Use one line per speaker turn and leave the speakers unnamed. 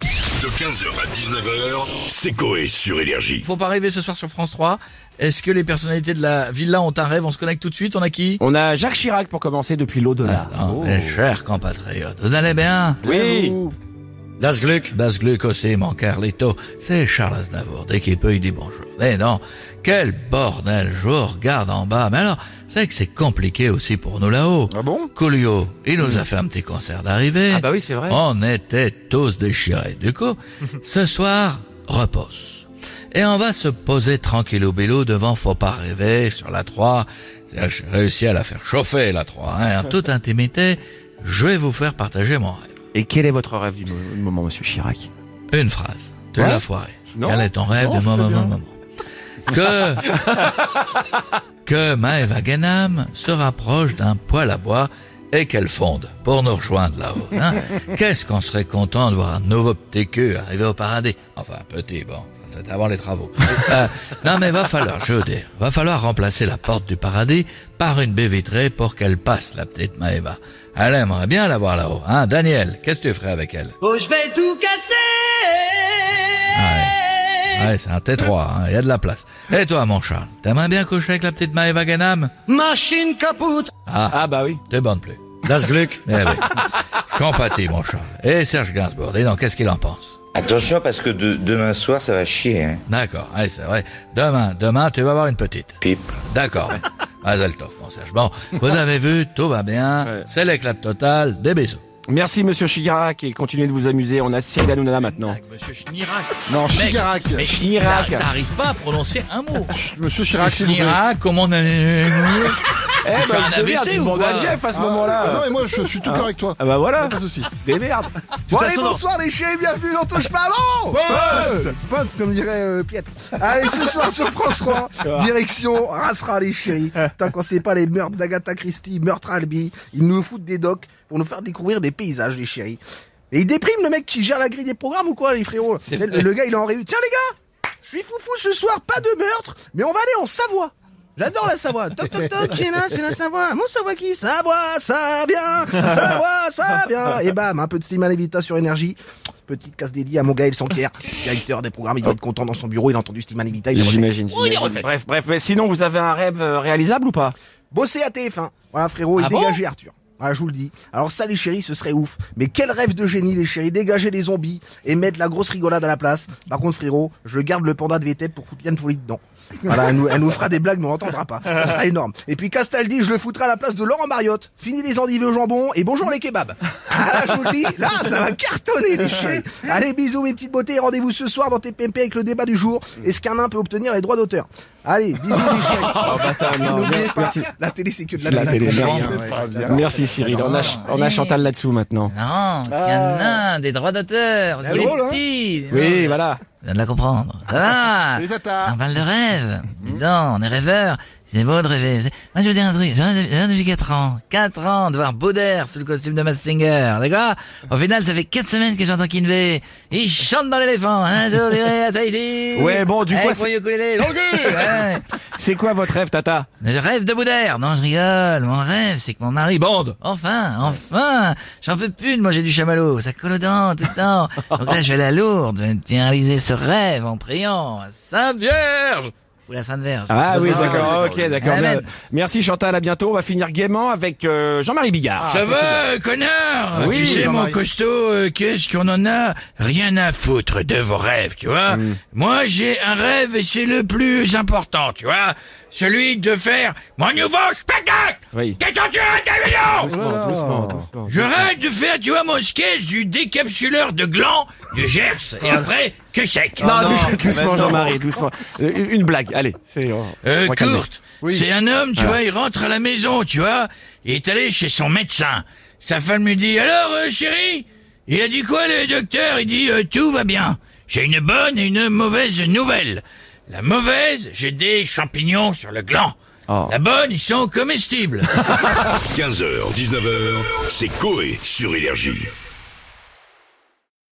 De 15h à 19h, c'est Coé sur Énergie.
Faut pas rêver ce soir sur France 3. Est-ce que les personnalités de la villa ont un rêve On se connecte tout de suite, on a qui
Oh.
On a Jacques Chirac pour commencer depuis l'au-delà.
Non, mes chers compatriotes, vous allez bien
Oui.
Das Gluck.
Das Gluck aussi, mon Carlito. C'est Charles Aznavour. Dès qu'il peut, il dit bonjour. Mais non, quel bordel. Je vous regarde en bas. Mais alors, c'est vrai que c'est compliqué aussi pour nous là-haut.
Ah bon
Coolio, il nous a fait un petit concert d'arrivée.
Ah bah oui, c'est vrai.
On était tous déchirés. Du coup, ce soir, repose. Et on va se poser tranquille au vélo devant Faut pas rêver sur la 3. C'est-à-dire que J'ai réussi à la faire chauffer, la 3. hein. En toute intimité, je vais vous faire partager mon rêve.
Et quel est votre rêve du mo- moment, monsieur Chirac
Une phrase. Tu
Ouais.
l'as foiré.
Non.
Quel est ton rêve
Non,
de maman,
c'est bien.
maman, maman Que, que Maëva Ganam se rapproche d'un poêle à bois et qu'elle fonde pour nous rejoindre là-haut. hein. Qu'est-ce qu'on serait content de voir un nouveau petit cul arriver au paradis. Enfin, petit, bon, ça c'est avant les travaux. Euh, non mais va falloir, je veux dire, va falloir remplacer la porte du paradis par une baie vitrée pour qu'elle passe, la petite Maëva. Elle aimerait bien la voir là-haut. Hein. Daniel, qu'est-ce que tu ferais avec elle
Oh, je vais tout casser.
Ah ouais. Ouais, c'est un T3, hein, il y a de la place. Et toi, mon Charles, t'aimerais bien coucher avec la petite Maëva Ganam
Machine kaputt.
Ah,
Ah bah oui.
t'es bonne plus.
Das Gluck.
Eh oui. Compatis, mon Charles. Et Serge Gainsbourg, dis donc, qu'est-ce qu'il en pense
Attention parce que de- demain soir ça va chier. Hein.
D'accord, ouais, c'est vrai. Demain, demain, tu vas avoir une petite.
Pipe.
D'accord. Mazel tov, mon Serge. Bon, vous avez vu, tout va bien.
Ouais.
C'est l'éclat total. Des bisous.
Merci monsieur Chirac et continuez de vous amuser. On a Cyril Hanouna maintenant.
Monsieur Chirac.
Non, Chirac.
mais
Chirac.
t'ar- T'arrives pas à prononcer un mot.
Ch- Monsieur Chirac, s'il vous plaît.
Chirac, comment on a...
Eh bah,
fais un
je démerde,
AVC
tu
ou
demandes à
quoi
Jeff à ce
Ah,
moment-là.
ah Non, mais moi, je suis tout clair avec toi.
Ah bah voilà,
Pas de soucis. De
des merdes.
toute
Bon, allez,
façon, non.
bonsoir les chiens, et bienvenue dans Touche pas à mon Poste Poste, comme dirait euh, Pietre. Allez, ce soir sur France 3, direction Rassera les chéris. Tant qu'on sait pas les meurtres d'Agatha Christie, meurtre à Albi, ils nous foutent des docs pour nous faire découvrir des paysages, les chéris. Et il déprime le mec qui gère la grille des programmes ou quoi, les frérots le, le gars, il est en réu. Tiens les gars, je suis foufou ce soir, pas de meurtre, mais on va aller en Savoie. J'adore la Savoie. Toc toc toc, qui est là C'est la Savoie. Mon Savoie qui Savoie, ça vient. Savoie, ça vient. Et bam, un peu de Slimane Levita sur énergie. Petite casse dédiée à mon Gaël Sanquier, directeur des programmes. Il doit être content dans son bureau. Il a entendu Slimane Levita. Il a refait.
J'imagine. j'imagine. Bref, bref, mais sinon vous avez un rêve euh, réalisable ou pas
Bosser à TF1. Voilà, frérot, et
Ah bon
dégager Arthur. Voilà, je vous le dis. Alors ça, les chéris, ce serait ouf. Mais quel rêve de génie, les chéris. Dégager les zombies et mettre la grosse rigolade à la place. Par contre, frérot, je garde le panda de VTEP pour foutre Yann Folie dedans. Voilà, elle nous, elle nous fera des blagues, mais on l'entendra pas. Ce sera énorme. Et puis Castaldi, je le foutrai à la place de Laurent Mariotte. Fini les endives au jambon et bonjour les kebabs. Ah, là, je vous le dis, là, ça va cartonner, les chéris. Allez, bisous, mes petites beautés. et Rendez-vous ce soir dans TPMP avec le débat du jour. Est-ce qu'un nain peut obtenir les droits d'auteur Allez, bisous, les chéris. N'oubliez pas,
Oh, merci.
la télé, c'est que de la,
La télé,
blague.
merci. Merci Cyril. On a, Ch- on a Chantal là-dessous maintenant.
Non, c'est un nain, des droits d'auteur.
Ah. c'est
Il
drôle, hein
petit.
Oui, voilà.
Je viens de la comprendre. Ça va
Salut, Tata.
On parle de rêve. Dis donc, on est rêveurs. C'est beau de rêver. C'est- Moi, je veux dire un truc. J'ai rêvé j'ai rêvé depuis 4 ans. 4 ans de voir Bauder sous le costume de Massinger. D'accord Au final, ça fait 4 semaines que j'entends Kinvey. Il chante dans l'éléphant. Un jour, j'irai à Tahiti.
Ouais, bon, du coup,
Avec
c'est-
mon ukulélé. Longue queue. Ouais.
C'est quoi votre rêve, Tata
Je rêve de Boudère. Non, je rigole. Mon rêve, c'est que mon mari bande. Enfin, enfin. J'en peux plus de manger du chamallow. Ça colle aux dents tout le temps. Donc là, je vais à la lourde. Je vais me réaliser ce rêve en priant à Sainte Vierge. Ou la Sainte Vierge.
Ah
Je sais
oui,
pas ce que-
d'accord, ok, d'accord.
Amen.
Bien. Merci Chantal, à bientôt. On va finir gaiement avec euh, Jean-Marie Bigard.
Ça va, connard
Oui,
Tu sais, mon
Jean-Marie.
costaud, euh, qu'est-ce qu'on en a Rien à foutre de vos rêves, tu vois.
Mm.
Moi, j'ai un rêve et c'est le plus important, tu vois. Celui de faire mon nouveau spectacle
Oui.
Qu'est-ce que tu as, ta vidéo
Doucement, doucement, doucement.
Je rêve de faire, tu vois, mon sketch du décapsuleur de gland du Gers et après, que sec.
Ah, Non, doucement, doucement, Jean-Marie, doucement. Euh, Une une blague, allez. C'est. on-
Euh,
on va calmer.
Kurt, c'est un homme,
Ah.
tu vois, il rentre à la maison, tu vois, il est allé chez son médecin. Sa femme lui dit, alors, euh, chérie Il a dit quoi, le docteur Il dit, euh, tout va bien. J'ai une bonne et une mauvaise nouvelle. La mauvaise, j'ai des champignons sur le gland.
Oh.
La bonne, ils sont comestibles.
15h, 19h, c'est Coé sur Énergie.